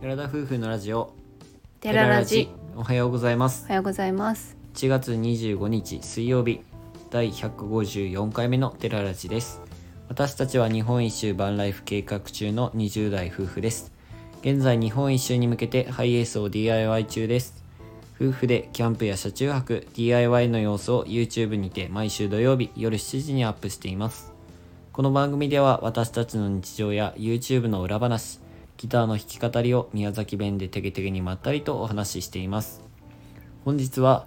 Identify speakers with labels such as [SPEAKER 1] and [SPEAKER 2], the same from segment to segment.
[SPEAKER 1] 寺田夫婦のラジオ
[SPEAKER 2] テララジ。
[SPEAKER 1] おはようございます
[SPEAKER 2] おはようございます。
[SPEAKER 1] 1月25日水曜日第154回目のテララジです私たちは日本一周バンライフ計画中の20代夫婦です現在日本一周に向けてハイエースを DIY 中です夫婦でキャンプや車中泊 DIY の様子を YouTube にて毎週土曜日夜7時にアップしていますこの番組では私たちの日常や YouTube の裏話ギターの弾き語りを宮崎弁でテゲテゲにまったりとお話ししています本日は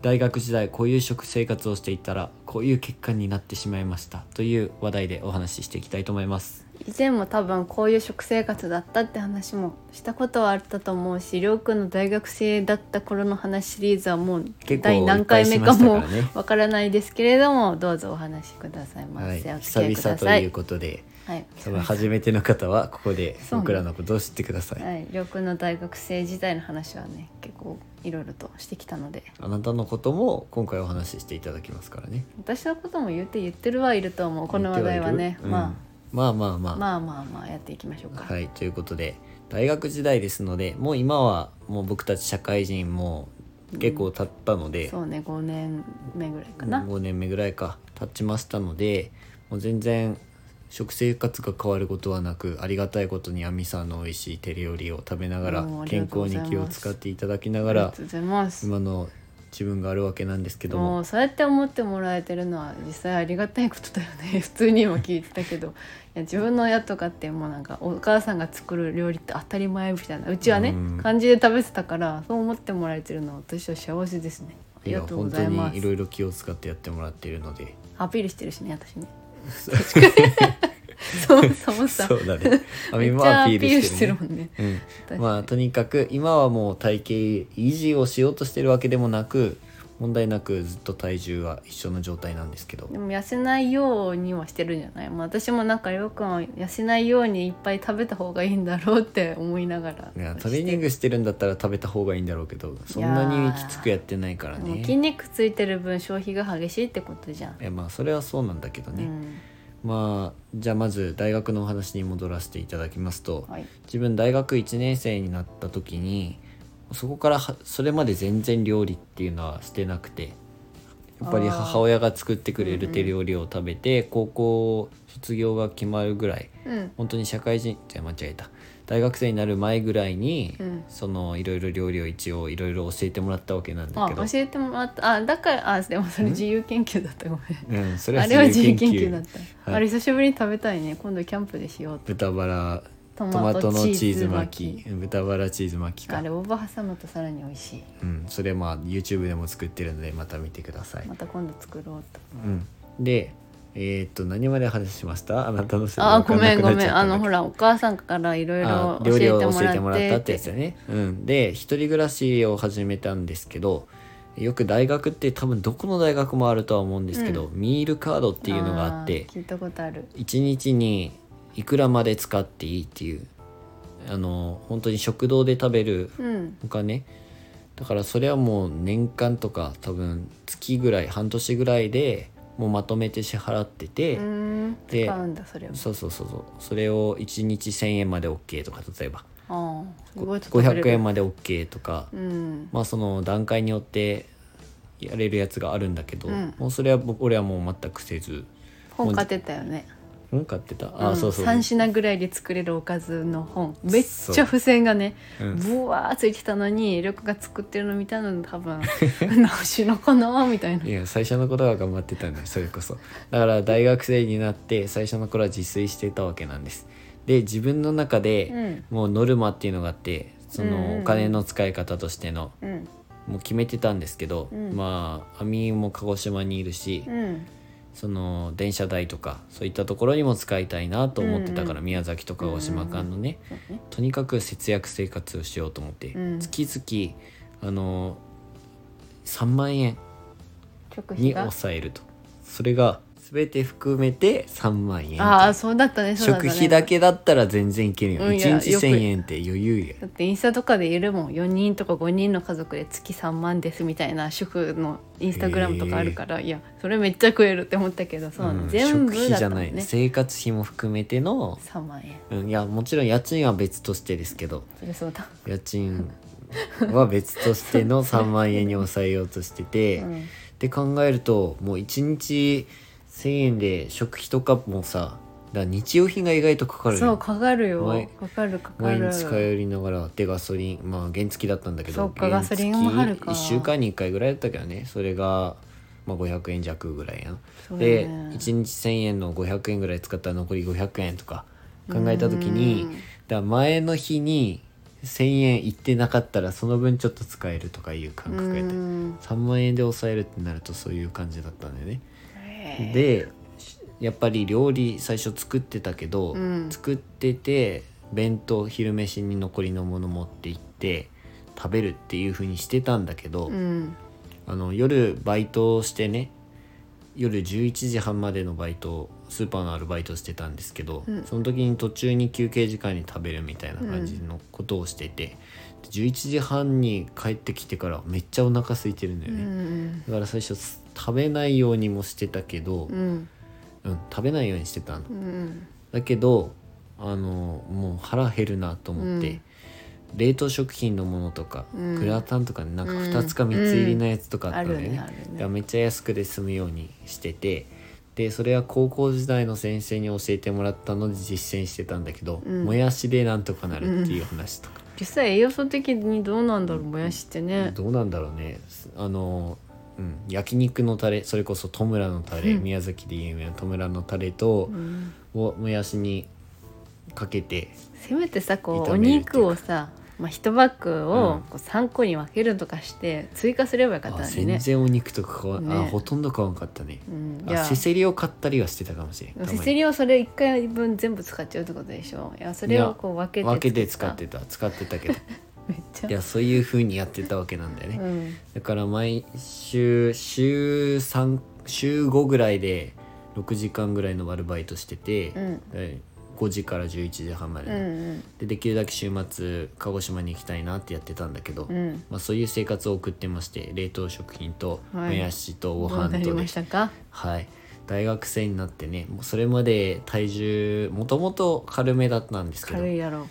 [SPEAKER 1] 大学時代こういう食生活をしていたらこういう結果になってしまいましたという話題でお話ししていきたいと思います
[SPEAKER 2] 以前も多分こういう食生活だったって話もしたことはあったと思うし、りょうくんの大学生だった頃の話シリーズはもう
[SPEAKER 1] 結構
[SPEAKER 2] 第何回目か
[SPEAKER 1] いっ
[SPEAKER 2] も
[SPEAKER 1] ぱいしましたからね
[SPEAKER 2] わからないですけれども、どうぞお話しくださいま
[SPEAKER 1] はい
[SPEAKER 2] せ。お付き合いく
[SPEAKER 1] 久々
[SPEAKER 2] だ
[SPEAKER 1] と
[SPEAKER 2] さ
[SPEAKER 1] いう
[SPEAKER 2] い。
[SPEAKER 1] ことで
[SPEAKER 2] はい。
[SPEAKER 1] 多分初めての方はここで
[SPEAKER 2] そうね
[SPEAKER 1] 僕らのことを知ってください、
[SPEAKER 2] はい、りょうくんの大学生時代の話はね、結構いろいろとしてきたので、
[SPEAKER 1] あなたのことも今回お話ししていただきますからね
[SPEAKER 2] 私のことも言って言ってるはいると思う。この話題は
[SPEAKER 1] 言っ
[SPEAKER 2] ね、
[SPEAKER 1] ている
[SPEAKER 2] ま
[SPEAKER 1] うんまあまあまあ
[SPEAKER 2] あ、まあまあまあやっていきましょうか。
[SPEAKER 1] はいということで大学時代ですのでもう今はもう僕たち社会人も結構経ったので、
[SPEAKER 2] そうね、5年目ぐらいかな。
[SPEAKER 1] 5年目ぐらいか経ちましたのでもう全然食生活が変わることはなくありがたいことに亜美さんの美味しい手料理を食べながら
[SPEAKER 2] おーあり
[SPEAKER 1] 健
[SPEAKER 2] がとう
[SPEAKER 1] 康
[SPEAKER 2] ござい
[SPEAKER 1] に
[SPEAKER 2] ます
[SPEAKER 1] 気を使っていただきなが
[SPEAKER 2] あり
[SPEAKER 1] ら
[SPEAKER 2] がとうございます。
[SPEAKER 1] 今の自分があるわけなんですけど
[SPEAKER 2] も
[SPEAKER 1] も
[SPEAKER 2] うそうやって思ってもらえてるのは実際ありがたいことだよね 普通に今聞いてたけどいや自分の親とかってもうなんかお母さんが作る料理って当たり前みたいなうちはね
[SPEAKER 1] うん
[SPEAKER 2] 感じで食べてたからそう思ってもらえてるのは私は幸せですねあり
[SPEAKER 1] や
[SPEAKER 2] がとうご
[SPEAKER 1] 本
[SPEAKER 2] ざ
[SPEAKER 1] 当
[SPEAKER 2] いま
[SPEAKER 1] にい
[SPEAKER 2] す
[SPEAKER 1] ろいろ気を使ってやってもらっているので
[SPEAKER 2] アピールしてるしね 私ね そもそもさ
[SPEAKER 1] そうだね亜
[SPEAKER 2] め
[SPEAKER 1] 美
[SPEAKER 2] っ
[SPEAKER 1] も
[SPEAKER 2] ちゃ
[SPEAKER 1] ア
[SPEAKER 2] ア
[SPEAKER 1] ピ
[SPEAKER 2] ピ
[SPEAKER 1] ー
[SPEAKER 2] ール
[SPEAKER 1] ル
[SPEAKER 2] し
[SPEAKER 1] してて
[SPEAKER 2] る
[SPEAKER 1] るね
[SPEAKER 2] もんね
[SPEAKER 1] うん
[SPEAKER 2] 確かに
[SPEAKER 1] まあとにかく今はもう体型維持をしようとしてるわけでもなく問題なくずっと体重は一緒の状態なんですけど
[SPEAKER 2] でも痩せないようにはしてるんじゃない、まあ、私もなんかよくんは痩せないようにいっぱい食べた方がいいんだろうって思いながら
[SPEAKER 1] いやトレーニングしてるんだったら食べた方がいいんだろうけどそんなにきつくやってないから
[SPEAKER 2] もう
[SPEAKER 1] ね
[SPEAKER 2] 筋肉ついてる分消費が激しいってことじゃん、
[SPEAKER 1] いやまあそれはそうなんだけど
[SPEAKER 2] う
[SPEAKER 1] ね、
[SPEAKER 2] ん
[SPEAKER 1] まあじゃあまず大学のお話に戻らせていただきますと
[SPEAKER 2] はい、
[SPEAKER 1] 自分大学1年生になった時にそこからはそれまで全然料理っていうのはしてなくてやっぱり
[SPEAKER 2] あー
[SPEAKER 1] 母親が作ってくれ
[SPEAKER 2] うんう
[SPEAKER 1] る
[SPEAKER 2] ん
[SPEAKER 1] 手料理を食べて、高校卒業が決まるぐらい
[SPEAKER 2] うん
[SPEAKER 1] 本当に社会人じゃ間違えた大学生になる前ぐらいに、
[SPEAKER 2] うん
[SPEAKER 1] そのいろいろ料理を一応いろいろ教えてもらったわけなんだ
[SPEAKER 2] あ
[SPEAKER 1] けど
[SPEAKER 2] 教えてもらったあだからあでもそれ自由研究だったごめ
[SPEAKER 1] うん、そ
[SPEAKER 2] ん
[SPEAKER 1] れは
[SPEAKER 2] あれは
[SPEAKER 1] 自
[SPEAKER 2] 自由
[SPEAKER 1] 由研
[SPEAKER 2] 研
[SPEAKER 1] 究
[SPEAKER 2] 究だった、
[SPEAKER 1] はい
[SPEAKER 2] あれ久しぶりに食べたいね今度キャンプでしよう
[SPEAKER 1] 豚バラ
[SPEAKER 2] ト
[SPEAKER 1] トマトのチーズ巻き豚バラチーズ巻き
[SPEAKER 2] あ
[SPEAKER 1] か
[SPEAKER 2] れ、大葉挟むとさらに美味しい
[SPEAKER 1] うん、それまあ YouTube でも作ってるのでまた見てください、
[SPEAKER 2] また今度作ろうと
[SPEAKER 1] うん、でえーっと何まで話しましたあなたのせいで
[SPEAKER 2] あ
[SPEAKER 1] 分か
[SPEAKER 2] ごめん
[SPEAKER 1] なくなっち
[SPEAKER 2] ごめ
[SPEAKER 1] ゃ
[SPEAKER 2] ん
[SPEAKER 1] った
[SPEAKER 2] あ
[SPEAKER 1] んだ
[SPEAKER 2] の
[SPEAKER 1] けど
[SPEAKER 2] ほらお母さんからいろいろ
[SPEAKER 1] あ
[SPEAKER 2] 教え
[SPEAKER 1] 料理
[SPEAKER 2] て
[SPEAKER 1] を
[SPEAKER 2] も
[SPEAKER 1] 教えても
[SPEAKER 2] ら
[SPEAKER 1] らってた
[SPEAKER 2] っっ
[SPEAKER 1] ってやつ
[SPEAKER 2] て
[SPEAKER 1] だね、うん、で一人暮らしを始めたんですけどよく大学って多分どこの大学もあるとは思うんですけど、
[SPEAKER 2] う
[SPEAKER 1] ミールカードっていうのがあって
[SPEAKER 2] ー聞いたことある
[SPEAKER 1] 1日にいくらまで使っていいっていうあの本当に食堂で食べる
[SPEAKER 2] うん
[SPEAKER 1] お金だからそれはもう年間とか多分月ぐらい半年ぐらいでもうまとめて支払って
[SPEAKER 2] う
[SPEAKER 1] て、
[SPEAKER 2] ーん
[SPEAKER 1] で
[SPEAKER 2] 使うんだそれは
[SPEAKER 1] そうそうそうそうそれを1日1,000円まで OK とか例えば
[SPEAKER 2] ああすごい
[SPEAKER 1] 500円
[SPEAKER 2] も
[SPEAKER 1] まで OK とか、
[SPEAKER 2] うん
[SPEAKER 1] まあその段階によってやれるやつがあるんだけど、
[SPEAKER 2] うん
[SPEAKER 1] もうそれは僕俺はもう全くせず
[SPEAKER 2] 本買ってたよね
[SPEAKER 1] うん買ってたあ、
[SPEAKER 2] うん
[SPEAKER 1] そうそう
[SPEAKER 2] 3品ぐらいで作れるおかずの本めっち
[SPEAKER 1] そう
[SPEAKER 2] ゃ付箋がね
[SPEAKER 1] うん
[SPEAKER 2] ぶわーついてたのにりょうくんが作ってるの見たの多 分直しのかなみたいない
[SPEAKER 1] や最初の頃は頑張ってたんだよそれこそだから大学生になって最初の頃は自炊してたわけなんですで自分の中
[SPEAKER 2] う
[SPEAKER 1] で
[SPEAKER 2] ん
[SPEAKER 1] もうノルマっていうのがあってそ
[SPEAKER 2] うんうんう
[SPEAKER 1] の
[SPEAKER 2] ん
[SPEAKER 1] お金の使い方としての
[SPEAKER 2] うん
[SPEAKER 1] もう決めてたんですけど、
[SPEAKER 2] うん
[SPEAKER 1] まあ網も鹿児島にいるし、
[SPEAKER 2] うん
[SPEAKER 1] その電車代とかそういったところにも使いたいなと思ってたから、
[SPEAKER 2] うんう
[SPEAKER 1] 宮崎とか鹿児島間のね、
[SPEAKER 2] そうね
[SPEAKER 1] とにかく節約生活をしようと思って、
[SPEAKER 2] うん
[SPEAKER 1] 月々あの3万円
[SPEAKER 2] 食費
[SPEAKER 1] に
[SPEAKER 2] が
[SPEAKER 1] 抑えるとそれが全て含めて3万円
[SPEAKER 2] ああそうだったねそうだった
[SPEAKER 1] 食
[SPEAKER 2] ね
[SPEAKER 1] 費だけだったら全然いけるよ、
[SPEAKER 2] うんいや
[SPEAKER 1] 1日
[SPEAKER 2] よく
[SPEAKER 1] 1000円って余裕や
[SPEAKER 2] だってインスタとかでいるもん4人とか5人の家族で月3万ですみたいな主婦のインスタグラムとかあるから、いやそれめっちゃ食えるって思ったけどそうなの、
[SPEAKER 1] うん
[SPEAKER 2] 全部
[SPEAKER 1] 食
[SPEAKER 2] だ
[SPEAKER 1] 費
[SPEAKER 2] っ
[SPEAKER 1] じ
[SPEAKER 2] た
[SPEAKER 1] ゃ
[SPEAKER 2] もん
[SPEAKER 1] な
[SPEAKER 2] ね
[SPEAKER 1] い生活費も含めての、
[SPEAKER 2] 3万円
[SPEAKER 1] うん、いやもちろん家賃は別としてですけど
[SPEAKER 2] それそうだ、
[SPEAKER 1] 家賃は別としての3万円に抑えようとしてて、
[SPEAKER 2] うん
[SPEAKER 1] で考えるともう1日1,000円で食費とかもさだから日用品が意外とかかるよ
[SPEAKER 2] そうかかるよ
[SPEAKER 1] 毎
[SPEAKER 2] かかるかか
[SPEAKER 1] 毎
[SPEAKER 2] る
[SPEAKER 1] 日通いながらでガソリンまあ原付だったんだけど
[SPEAKER 2] そっか
[SPEAKER 1] 原
[SPEAKER 2] ガソリンもあるか
[SPEAKER 1] 1週間に1回ぐらいだったけどねそれが、まあ、500円弱ぐらいやん、
[SPEAKER 2] そうだ
[SPEAKER 1] で
[SPEAKER 2] ね
[SPEAKER 1] 1日1,000円の500円ぐらい使ったら残り500円とか考えた時に
[SPEAKER 2] うん
[SPEAKER 1] だから前の日に1,000円いってなかったらその分ちょっと使えるとかいう感覚やった
[SPEAKER 2] うん
[SPEAKER 1] 3万円で抑えるってなるとそういう感じだったんだよね。
[SPEAKER 2] へえ
[SPEAKER 1] でしやっぱり料理最初作ってたけど、
[SPEAKER 2] うん
[SPEAKER 1] 作ってて弁当昼飯に残りのもの持って行って食べるっていう風にしてたんだけど、
[SPEAKER 2] うん
[SPEAKER 1] あの夜バイトをしてね夜11時半までのバイトをスーパーのあるバイトをしてたんですけど、
[SPEAKER 2] うん
[SPEAKER 1] その時に途中に休憩時間に食べるみたいな感じのことをしてて、で11時半に帰ってきてからめっちゃお腹空いてるんだ
[SPEAKER 2] う
[SPEAKER 1] よね、
[SPEAKER 2] ん
[SPEAKER 1] だから最初す食べないようにもしてたけど、
[SPEAKER 2] うん
[SPEAKER 1] うん、食べないようにしてたの
[SPEAKER 2] うん
[SPEAKER 1] だけどあのもう腹減るなと思って、冷凍食品のものとか、
[SPEAKER 2] うん
[SPEAKER 1] グラタンとかねなんか
[SPEAKER 2] うん
[SPEAKER 1] 2つか3つ入りのやつとかあった
[SPEAKER 2] あ
[SPEAKER 1] んだ
[SPEAKER 2] る
[SPEAKER 1] よね,、
[SPEAKER 2] ねあるね
[SPEAKER 1] めっちゃ安くで済むようにしててでそれは高校時代の先生に教えてもらったので実践してたんだけど、
[SPEAKER 2] うん
[SPEAKER 1] もやしでなんとかなるっていう話とか、
[SPEAKER 2] 実際栄養素的にどうなんだろうもやしってね
[SPEAKER 1] どうなんだろうねあの、うん、焼肉のタレそれこそ戸村のタレ、
[SPEAKER 2] うん
[SPEAKER 1] 宮崎で有名な戸村のタレと、
[SPEAKER 2] うん
[SPEAKER 1] をもやしにかけて
[SPEAKER 2] せめてさこう
[SPEAKER 1] 炒
[SPEAKER 2] お
[SPEAKER 1] めるっていうか
[SPEAKER 2] 肉をさ、まあ、1パック
[SPEAKER 1] うん
[SPEAKER 2] をこう3個に分けるとかして追加すればよかった
[SPEAKER 1] あ
[SPEAKER 2] のに
[SPEAKER 1] 全
[SPEAKER 2] ね。
[SPEAKER 1] 然お肉とか変わ、あ
[SPEAKER 2] ね
[SPEAKER 1] ほとんど買わんかったね
[SPEAKER 2] うん、い
[SPEAKER 1] あ
[SPEAKER 2] や
[SPEAKER 1] せせりを買ったりはしてたかもしれんたま
[SPEAKER 2] せ
[SPEAKER 1] に
[SPEAKER 2] せりをそれ1回分全部使っちゃうってことでしょいやそれをこう分けて
[SPEAKER 1] 分けて使ってた使ってたけど
[SPEAKER 2] めっちゃ
[SPEAKER 1] いやそういう風にやってたわけなんだよね、
[SPEAKER 2] うん
[SPEAKER 1] だから毎週週3週5ぐらいで6時間ぐらいのアルバイトしてて、
[SPEAKER 2] うん
[SPEAKER 1] え5時から11時半まで
[SPEAKER 2] う
[SPEAKER 1] ね、
[SPEAKER 2] ん
[SPEAKER 1] でできるだけ週末鹿児島に行きたいなってやってたんだけど、
[SPEAKER 2] うんうん
[SPEAKER 1] まあ、そういう生活を送ってまして冷凍食品とも
[SPEAKER 2] はい
[SPEAKER 1] やしとご
[SPEAKER 2] どうな
[SPEAKER 1] 飯
[SPEAKER 2] り
[SPEAKER 1] と
[SPEAKER 2] ま
[SPEAKER 1] で
[SPEAKER 2] したか
[SPEAKER 1] はい、大学生になってねもうそれまで体重もともと軽めだったんですけど
[SPEAKER 2] 軽、いやろ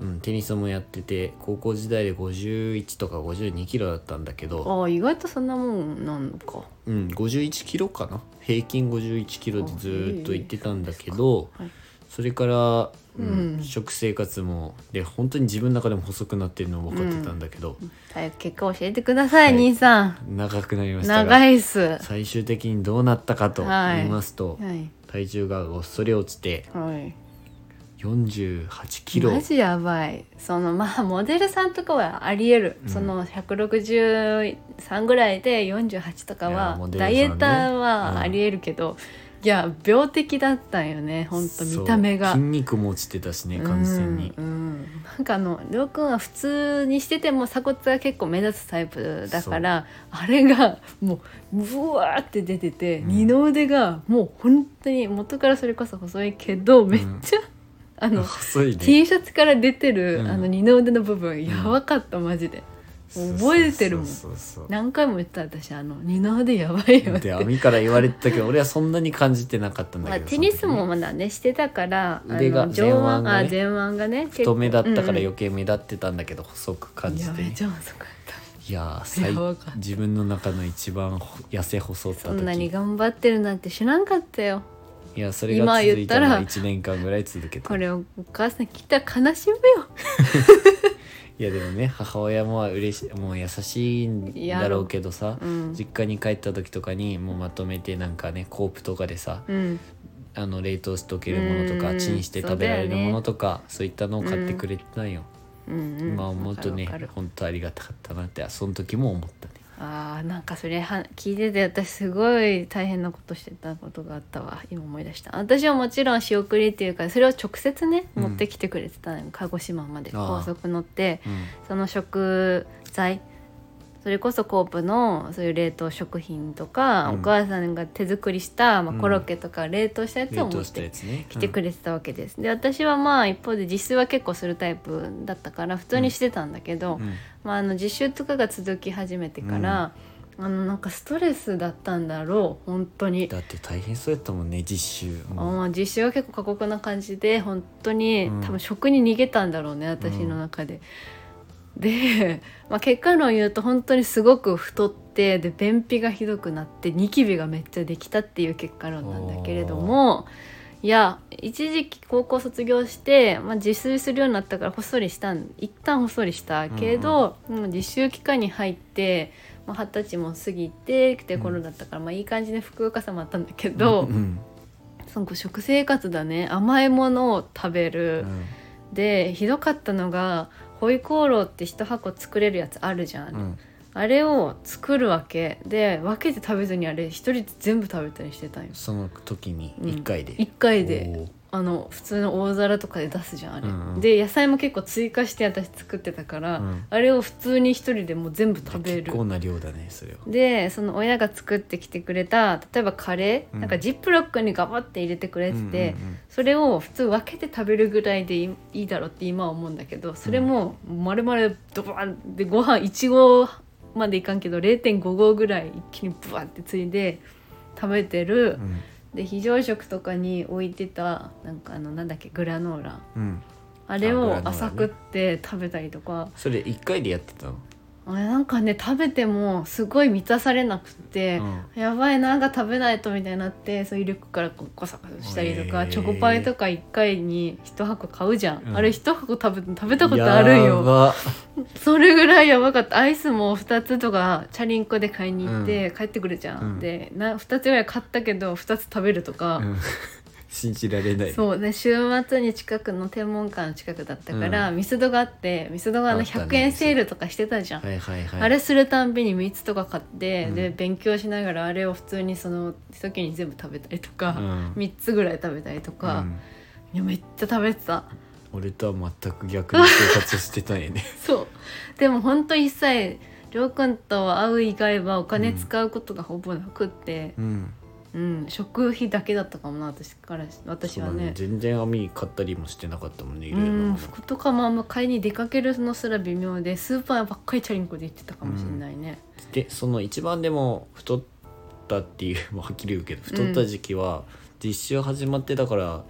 [SPEAKER 1] うん、テニスもやってて高校時代で51とか52キロだったんだけど、
[SPEAKER 2] ああ意外とそんなもんなんのか
[SPEAKER 1] うん、51キロかな平均51キロでずーっと行ってたんだけど、
[SPEAKER 2] あいいね
[SPEAKER 1] それから、うん
[SPEAKER 2] うん
[SPEAKER 1] 食生活もで本当に自分の中でも細くなってるの分かってたんだけど、
[SPEAKER 2] 早く結果教えてください、
[SPEAKER 1] はい
[SPEAKER 2] 兄さん
[SPEAKER 1] 長くなりましたが
[SPEAKER 2] 長いっす
[SPEAKER 1] 最終的にどうなったかと
[SPEAKER 2] はい
[SPEAKER 1] 言いますと、
[SPEAKER 2] はい
[SPEAKER 1] 体重がごっそり落ちて
[SPEAKER 2] はい
[SPEAKER 1] 48キロ
[SPEAKER 2] マジやばいそのまあモデルさんとかはありえる、
[SPEAKER 1] うん
[SPEAKER 2] その163ぐらいで48とか
[SPEAKER 1] いや
[SPEAKER 2] は、
[SPEAKER 1] モデルさ
[SPEAKER 2] ダ
[SPEAKER 1] んね
[SPEAKER 2] イエーター
[SPEAKER 1] うん
[SPEAKER 2] はありえるけど、いや病的だったんよねほんと見た目が
[SPEAKER 1] そう筋肉も落ちてたしね完全に
[SPEAKER 2] うんうんなんかあのりょうくんは普通にしてても鎖骨が結構目立つタイプだからあれがもうブワーって出てて、
[SPEAKER 1] うん
[SPEAKER 2] 二の腕がもう本当に元からそれこそ細いけどめっちゃ、あの
[SPEAKER 1] 細いね
[SPEAKER 2] T シャツから出てる、
[SPEAKER 1] うん
[SPEAKER 2] あの二の腕の部分やばかったマジで覚えてるもん
[SPEAKER 1] そうそうそう
[SPEAKER 2] 何回も言ってた私あの二の腕やばいよっ
[SPEAKER 1] で
[SPEAKER 2] て、
[SPEAKER 1] 網から言われてたけど俺はそんなに感じてなかったんだ
[SPEAKER 2] ま
[SPEAKER 1] け
[SPEAKER 2] あ、
[SPEAKER 1] ど、
[SPEAKER 2] テニスも
[SPEAKER 1] その時ね
[SPEAKER 2] まだねしてたからあの
[SPEAKER 1] 腕が前腕
[SPEAKER 2] 上
[SPEAKER 1] が
[SPEAKER 2] 腕
[SPEAKER 1] ね
[SPEAKER 2] あ前腕がね
[SPEAKER 1] 太めだったから
[SPEAKER 2] よ
[SPEAKER 1] 余計目立ってたんだけど細く感じ
[SPEAKER 2] や
[SPEAKER 1] て
[SPEAKER 2] め
[SPEAKER 1] ね
[SPEAKER 2] ちゃ遅かった
[SPEAKER 1] いやー最
[SPEAKER 2] やばかった
[SPEAKER 1] 自分の中の一番ほ痩せ細った
[SPEAKER 2] そんなに
[SPEAKER 1] 時
[SPEAKER 2] 頑張ってるなんて知らんかったよ
[SPEAKER 1] いやそれが続いた
[SPEAKER 2] 今
[SPEAKER 1] ら
[SPEAKER 2] 言った
[SPEAKER 1] 1年間ぐらい続けた
[SPEAKER 2] これをお母さん聞いたら悲しむよ
[SPEAKER 1] いやでもね母親も嬉しもう優しいんだろうけどさ、
[SPEAKER 2] うん
[SPEAKER 1] 実家に帰った時とかにもうまとめてなんかねコープとかでさ
[SPEAKER 2] うん
[SPEAKER 1] あの冷凍しとけるものとか
[SPEAKER 2] うん
[SPEAKER 1] チンして
[SPEAKER 2] そうだ
[SPEAKER 1] 食べ
[SPEAKER 2] よね
[SPEAKER 1] られるものとかそう,、いったのを買ってくれてたんよ、
[SPEAKER 2] うんうん
[SPEAKER 1] 今思うとね
[SPEAKER 2] わかるわかる
[SPEAKER 1] 本当ありがたかったなってその時も思ったね
[SPEAKER 2] あーなんかそれは聞いてて私すごい大変なことしてたことがあったわ今思い出した私はもちろん仕送りっていうかそれを直接ね
[SPEAKER 1] うん
[SPEAKER 2] 持ってきてくれてたのよ、鹿児島まで
[SPEAKER 1] あー
[SPEAKER 2] 高速乗って
[SPEAKER 1] うん
[SPEAKER 2] その食材それこそコープのそういう冷凍食品とか、
[SPEAKER 1] うん
[SPEAKER 2] お母さんが手作りした、ま
[SPEAKER 1] うん
[SPEAKER 2] あ、コロッケとか冷凍したやつ
[SPEAKER 1] 冷
[SPEAKER 2] を持
[SPEAKER 1] 凍
[SPEAKER 2] っ
[SPEAKER 1] した
[SPEAKER 2] て
[SPEAKER 1] やつね
[SPEAKER 2] 来てくれてたわけです、で私はまあ一方で自炊は結構するタイプだったから普通にしてたんだけど、
[SPEAKER 1] うん
[SPEAKER 2] まあ、あの自習とかが続き始めてから、あのなんかストレスだったんだろう本当に。
[SPEAKER 1] だって大変そうやったもんね実習
[SPEAKER 2] あ
[SPEAKER 1] も
[SPEAKER 2] まあ実習は結構過酷な感じで本当に、
[SPEAKER 1] うん
[SPEAKER 2] 多分食に逃げたんだろうね私の中で。で、まあ、結果論言うと本当にすごく太ってで便秘がひどくなってニキビがめっちゃできたっていう結果論なんだけれどもいや一時期高校卒業して、まあ、自炊するようになったからほっそりしたん一旦ほっそりしたけど、もう自習期間に入って。まあ二十歳も過ぎてって頃だったから、まあいい感じでふくよかさもあったんだけど、
[SPEAKER 1] うん
[SPEAKER 2] その食生活だね甘いものを食べ
[SPEAKER 1] う
[SPEAKER 2] る、
[SPEAKER 1] ん
[SPEAKER 2] でひどかったのがホイコーローって一箱作れるやつあるじゃん、
[SPEAKER 1] うん
[SPEAKER 2] あれを作るわけで分けて食べずにあれ一人で全部食べたりしてたんよ
[SPEAKER 1] その時に
[SPEAKER 2] うん
[SPEAKER 1] 1回で、
[SPEAKER 2] 1回であの普通の大皿とかで出すじゃんあれ、
[SPEAKER 1] うんうん
[SPEAKER 2] で野菜も結構追加して私作ってたから、
[SPEAKER 1] うん
[SPEAKER 2] あれを普通に一人でもう全部食べ
[SPEAKER 1] 結
[SPEAKER 2] る
[SPEAKER 1] 構な量だねそれは
[SPEAKER 2] でその親が作ってきてくれた例えばカレー、
[SPEAKER 1] うん
[SPEAKER 2] なんかジップロックにガバって入れてくれてて、
[SPEAKER 1] うんうんうん
[SPEAKER 2] それを普通分けて食べるぐらいでいいいいだろうって今は思うんだけどそれも丸々ドバーンでご飯1合までいかんけど0.5合ぐらい一気にブワーってついで食べてる、
[SPEAKER 1] うん
[SPEAKER 2] で非常食とかに置いてたなんかあのなんだっけグラノーラ
[SPEAKER 1] うん、
[SPEAKER 2] あれ
[SPEAKER 1] あグ
[SPEAKER 2] を
[SPEAKER 1] ラノーラね
[SPEAKER 2] 浅くって食べたりとか、
[SPEAKER 1] それ1回でやってたの、
[SPEAKER 2] あれなんかね食べてもすごい満たされなくって。
[SPEAKER 1] うん
[SPEAKER 2] やばいなんか食べないとみたいになってそういうリュックからこうコサコサしたりとか、
[SPEAKER 1] へー
[SPEAKER 2] チョコパイとか1回に1箱買うじゃん、
[SPEAKER 1] うん
[SPEAKER 2] あれ1箱食べ食べたことある
[SPEAKER 1] や
[SPEAKER 2] よ
[SPEAKER 1] ば
[SPEAKER 2] それぐらいやばかったアイスも2つとかチャリンコで買いに行って帰ってくるじゃん、
[SPEAKER 1] うん
[SPEAKER 2] でな2つぐらい買ったけど2つ食べるとか、
[SPEAKER 1] うん信じられない
[SPEAKER 2] そうね週末に近くの天文館の近くだったから、
[SPEAKER 1] う
[SPEAKER 2] ミスドがあってミスドがあ
[SPEAKER 1] あ
[SPEAKER 2] の
[SPEAKER 1] ったね
[SPEAKER 2] 100円セールとかしてたじゃん、
[SPEAKER 1] はいはいはい
[SPEAKER 2] あれするたんびに3つとか買って、
[SPEAKER 1] うん
[SPEAKER 2] で勉強しながらあれを普通にその時に全部食べたりと
[SPEAKER 1] う
[SPEAKER 2] か、
[SPEAKER 1] ん
[SPEAKER 2] 3つぐらい食べたりとか、
[SPEAKER 1] うん
[SPEAKER 2] いやめっちゃ食べ てた
[SPEAKER 1] 俺とは全く逆の生活をしてたんやね
[SPEAKER 2] そうでもほんと一切りょうくんと会う以外はお金使うことがほぼなくって、
[SPEAKER 1] うん
[SPEAKER 2] うん食費だけだったかもな私からし私は
[SPEAKER 1] そうだ
[SPEAKER 2] ね
[SPEAKER 1] 全然網買ったりもしてなかったもんねいろ
[SPEAKER 2] う
[SPEAKER 1] いろなも
[SPEAKER 2] ん
[SPEAKER 1] の
[SPEAKER 2] 服とかもあんま買いに出かけるのすら微妙でスーパーばっかりチャリンコで行ってたかもしれないね、
[SPEAKER 1] でその一番でも太ったっていう まあはっきり言うけど太った時期は実習始まってだから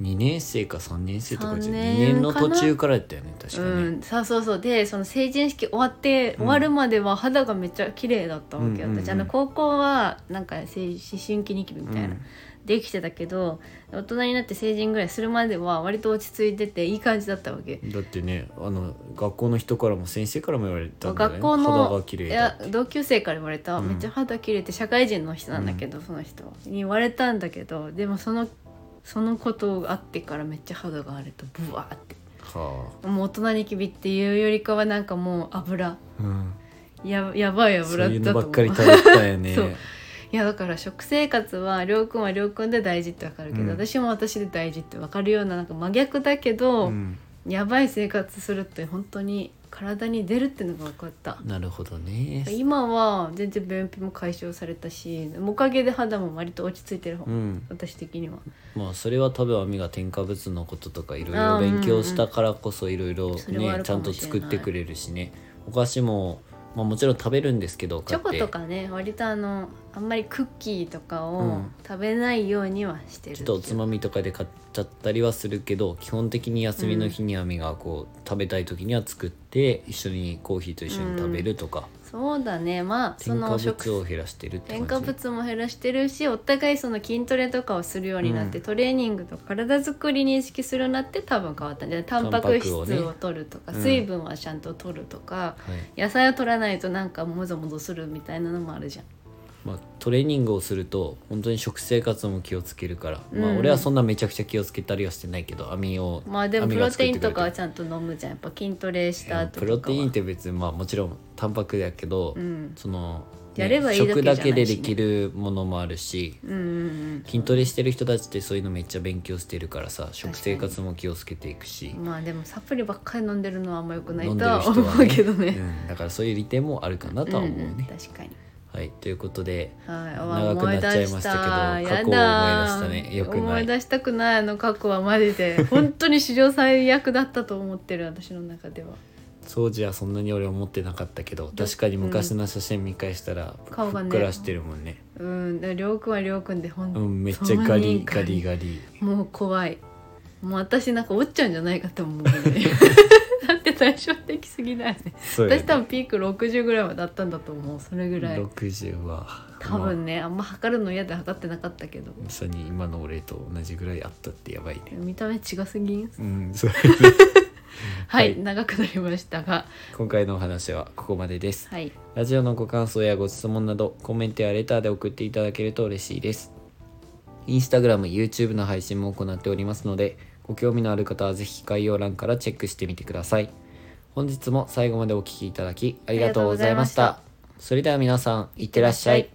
[SPEAKER 1] 2年生か3年生とかじゃ2
[SPEAKER 2] 三年
[SPEAKER 1] 年の
[SPEAKER 2] か
[SPEAKER 1] 途
[SPEAKER 2] な
[SPEAKER 1] 中からやったよね確かに、
[SPEAKER 2] うん、そうそうそうでその成人式終わっ
[SPEAKER 1] ん
[SPEAKER 2] て、終わるまでは肌がめっちゃ綺麗だったわけ、
[SPEAKER 1] うんうんうん
[SPEAKER 2] 私あの高校はなんか成思春期ニキビみたいな、
[SPEAKER 1] うん
[SPEAKER 2] できてたけど大人になって成人ぐらいするまでは割と落ち着いてていい感じだったわけ、
[SPEAKER 1] だってねあの学校の人からも先生からも言われたんだよね
[SPEAKER 2] 学校の
[SPEAKER 1] 肌が綺麗
[SPEAKER 2] い
[SPEAKER 1] だ
[SPEAKER 2] や同級生から言われた、
[SPEAKER 1] うん
[SPEAKER 2] めっちゃ肌綺麗って社会人の人なんだけど、その人はに言われたんだけどでもそのそのことがあってからめっちゃ肌が荒れてブワーって
[SPEAKER 1] は
[SPEAKER 2] もう大人ニキビっていうよりかはなんかもう油
[SPEAKER 1] あ、うん、
[SPEAKER 2] ややばい
[SPEAKER 1] そう
[SPEAKER 2] 油
[SPEAKER 1] いうのばっかり
[SPEAKER 2] う
[SPEAKER 1] 食べてたよね
[SPEAKER 2] そういやだから食生活はりょうくんはりょうくんで大事ってわかるけど、
[SPEAKER 1] うん
[SPEAKER 2] 私も私で大事ってわかるようななんか真逆だけど、
[SPEAKER 1] うん
[SPEAKER 2] やばい生活するって本当に体に出るってのが分かった
[SPEAKER 1] なるほどね
[SPEAKER 2] 今は全然便秘も解消されたしおかげで肌も割と落ち着いてる方、
[SPEAKER 1] うん
[SPEAKER 2] 私的には
[SPEAKER 1] まあそれは多分アミが添加物のこととかいろい
[SPEAKER 2] あ
[SPEAKER 1] ろ
[SPEAKER 2] ーうん
[SPEAKER 1] 勉強したからこそいろいろ
[SPEAKER 2] それはあ
[SPEAKER 1] ね
[SPEAKER 2] る
[SPEAKER 1] ち
[SPEAKER 2] か
[SPEAKER 1] ゃ
[SPEAKER 2] も
[SPEAKER 1] ん
[SPEAKER 2] しれな
[SPEAKER 1] と
[SPEAKER 2] い
[SPEAKER 1] 作ってくれるしねお菓子も、まあ、もちろん食べるんですけど
[SPEAKER 2] チ
[SPEAKER 1] 買
[SPEAKER 2] ョ
[SPEAKER 1] っ
[SPEAKER 2] コ
[SPEAKER 1] て
[SPEAKER 2] とかね割とあのあんまりクッキーとか
[SPEAKER 1] う
[SPEAKER 2] を
[SPEAKER 1] ん
[SPEAKER 2] 食べないようにはしてる
[SPEAKER 1] ちょっとおつまみとかで買っちゃったりはするけど基本的に休みの日にアミがこう食べたい時には作って一緒にコーヒーと一緒に食べるとか、
[SPEAKER 2] そうだねまあそ
[SPEAKER 1] 添
[SPEAKER 2] の
[SPEAKER 1] 加
[SPEAKER 2] 食
[SPEAKER 1] 物を減らしてるって
[SPEAKER 2] 添
[SPEAKER 1] 感じ
[SPEAKER 2] 加物も減らしてるしお互いその筋トレとかをするようになって、
[SPEAKER 1] うん
[SPEAKER 2] トレーニングとか体作りに意識するようになって多分変わったんじゃないタンパク質を取ると
[SPEAKER 1] タ
[SPEAKER 2] か、
[SPEAKER 1] ンパクをねうん
[SPEAKER 2] 水分はちゃんと取るとか、
[SPEAKER 1] はい
[SPEAKER 2] 野菜を取らないとなんかもぞもぞするみたいなのもあるじゃん。
[SPEAKER 1] まあ、トレーニングをすると本当に食生活も気をつけるから、まあ
[SPEAKER 2] うん
[SPEAKER 1] 俺はそんなめちゃくちゃ気をつけたりはしてないけどアミを
[SPEAKER 2] まあでも
[SPEAKER 1] アミ
[SPEAKER 2] プ
[SPEAKER 1] が
[SPEAKER 2] ロ
[SPEAKER 1] 作っ
[SPEAKER 2] テイ
[SPEAKER 1] てくれて
[SPEAKER 2] ン
[SPEAKER 1] る
[SPEAKER 2] とかはちゃんと飲むじゃんやっぱ筋トレした後とかは
[SPEAKER 1] プロテインって別にまあもちろんタンパクだけど、
[SPEAKER 2] うん
[SPEAKER 1] その
[SPEAKER 2] やればいいだけ
[SPEAKER 1] 食
[SPEAKER 2] じゃない
[SPEAKER 1] だ
[SPEAKER 2] し、
[SPEAKER 1] け
[SPEAKER 2] ね
[SPEAKER 1] でできるものもあるし
[SPEAKER 2] うんうん
[SPEAKER 1] 筋トレしてる人たちってそういうのめっちゃ勉強してるからさ食生活も気をつけていくし
[SPEAKER 2] うん、まあでもサプリばっかり飲んでるのはあんまよくない
[SPEAKER 1] 飲ん
[SPEAKER 2] と
[SPEAKER 1] でる
[SPEAKER 2] は
[SPEAKER 1] 人
[SPEAKER 2] 思
[SPEAKER 1] は
[SPEAKER 2] うけどね
[SPEAKER 1] うんだからそういう利点もあるかなとは思うね。
[SPEAKER 2] んん確かに
[SPEAKER 1] はいということで
[SPEAKER 2] はい、
[SPEAKER 1] 長くなっちゃいましたけど過
[SPEAKER 2] 思い出し
[SPEAKER 1] 去を思い出したね
[SPEAKER 2] やだ
[SPEAKER 1] 良くない
[SPEAKER 2] 思い出したくないあの過去はマ ジで本当に史上最悪だったと思ってる私の中では
[SPEAKER 1] 当時はそんなに俺思ってなかったけど確かに昔の写真見返したら
[SPEAKER 2] 顔が
[SPEAKER 1] ふ
[SPEAKER 2] ね
[SPEAKER 1] っくらしてるもんね
[SPEAKER 2] うんでもりょうくんはりょうくんで本当
[SPEAKER 1] う
[SPEAKER 2] に、
[SPEAKER 1] んめっちゃガリガリガリ
[SPEAKER 2] もう怖いもう私なんか折っちゃうんじゃないかと思う ぐらいだって対照的すぎない、ね、
[SPEAKER 1] そう
[SPEAKER 2] 私
[SPEAKER 1] や
[SPEAKER 2] 多
[SPEAKER 1] ね
[SPEAKER 2] 分ピーク60ぐらいはだったんだと思うそれぐらい
[SPEAKER 1] 60は
[SPEAKER 2] 多
[SPEAKER 1] ま
[SPEAKER 2] 分ねあんま測るの嫌で測ってなかったけど
[SPEAKER 1] あまさに今の俺と同じぐらいあったってやばいね
[SPEAKER 2] 見た目違すぎん
[SPEAKER 1] うんそう
[SPEAKER 2] は
[SPEAKER 1] はい
[SPEAKER 2] い、長くなりましたが
[SPEAKER 1] 今回のお話はここまでです
[SPEAKER 2] はい
[SPEAKER 1] ラジオのご感想やご質問などコメントやレターで送っていただけると嬉しいです。インスタグラム、YouTube の配信も行っておりますので、ご興味のある方はぜひ概要欄からチェックしてみてください。本日も最後までお聴きいただきありがとうございました。
[SPEAKER 2] ありがとうござい
[SPEAKER 1] それでは皆さん、いってらっしゃい。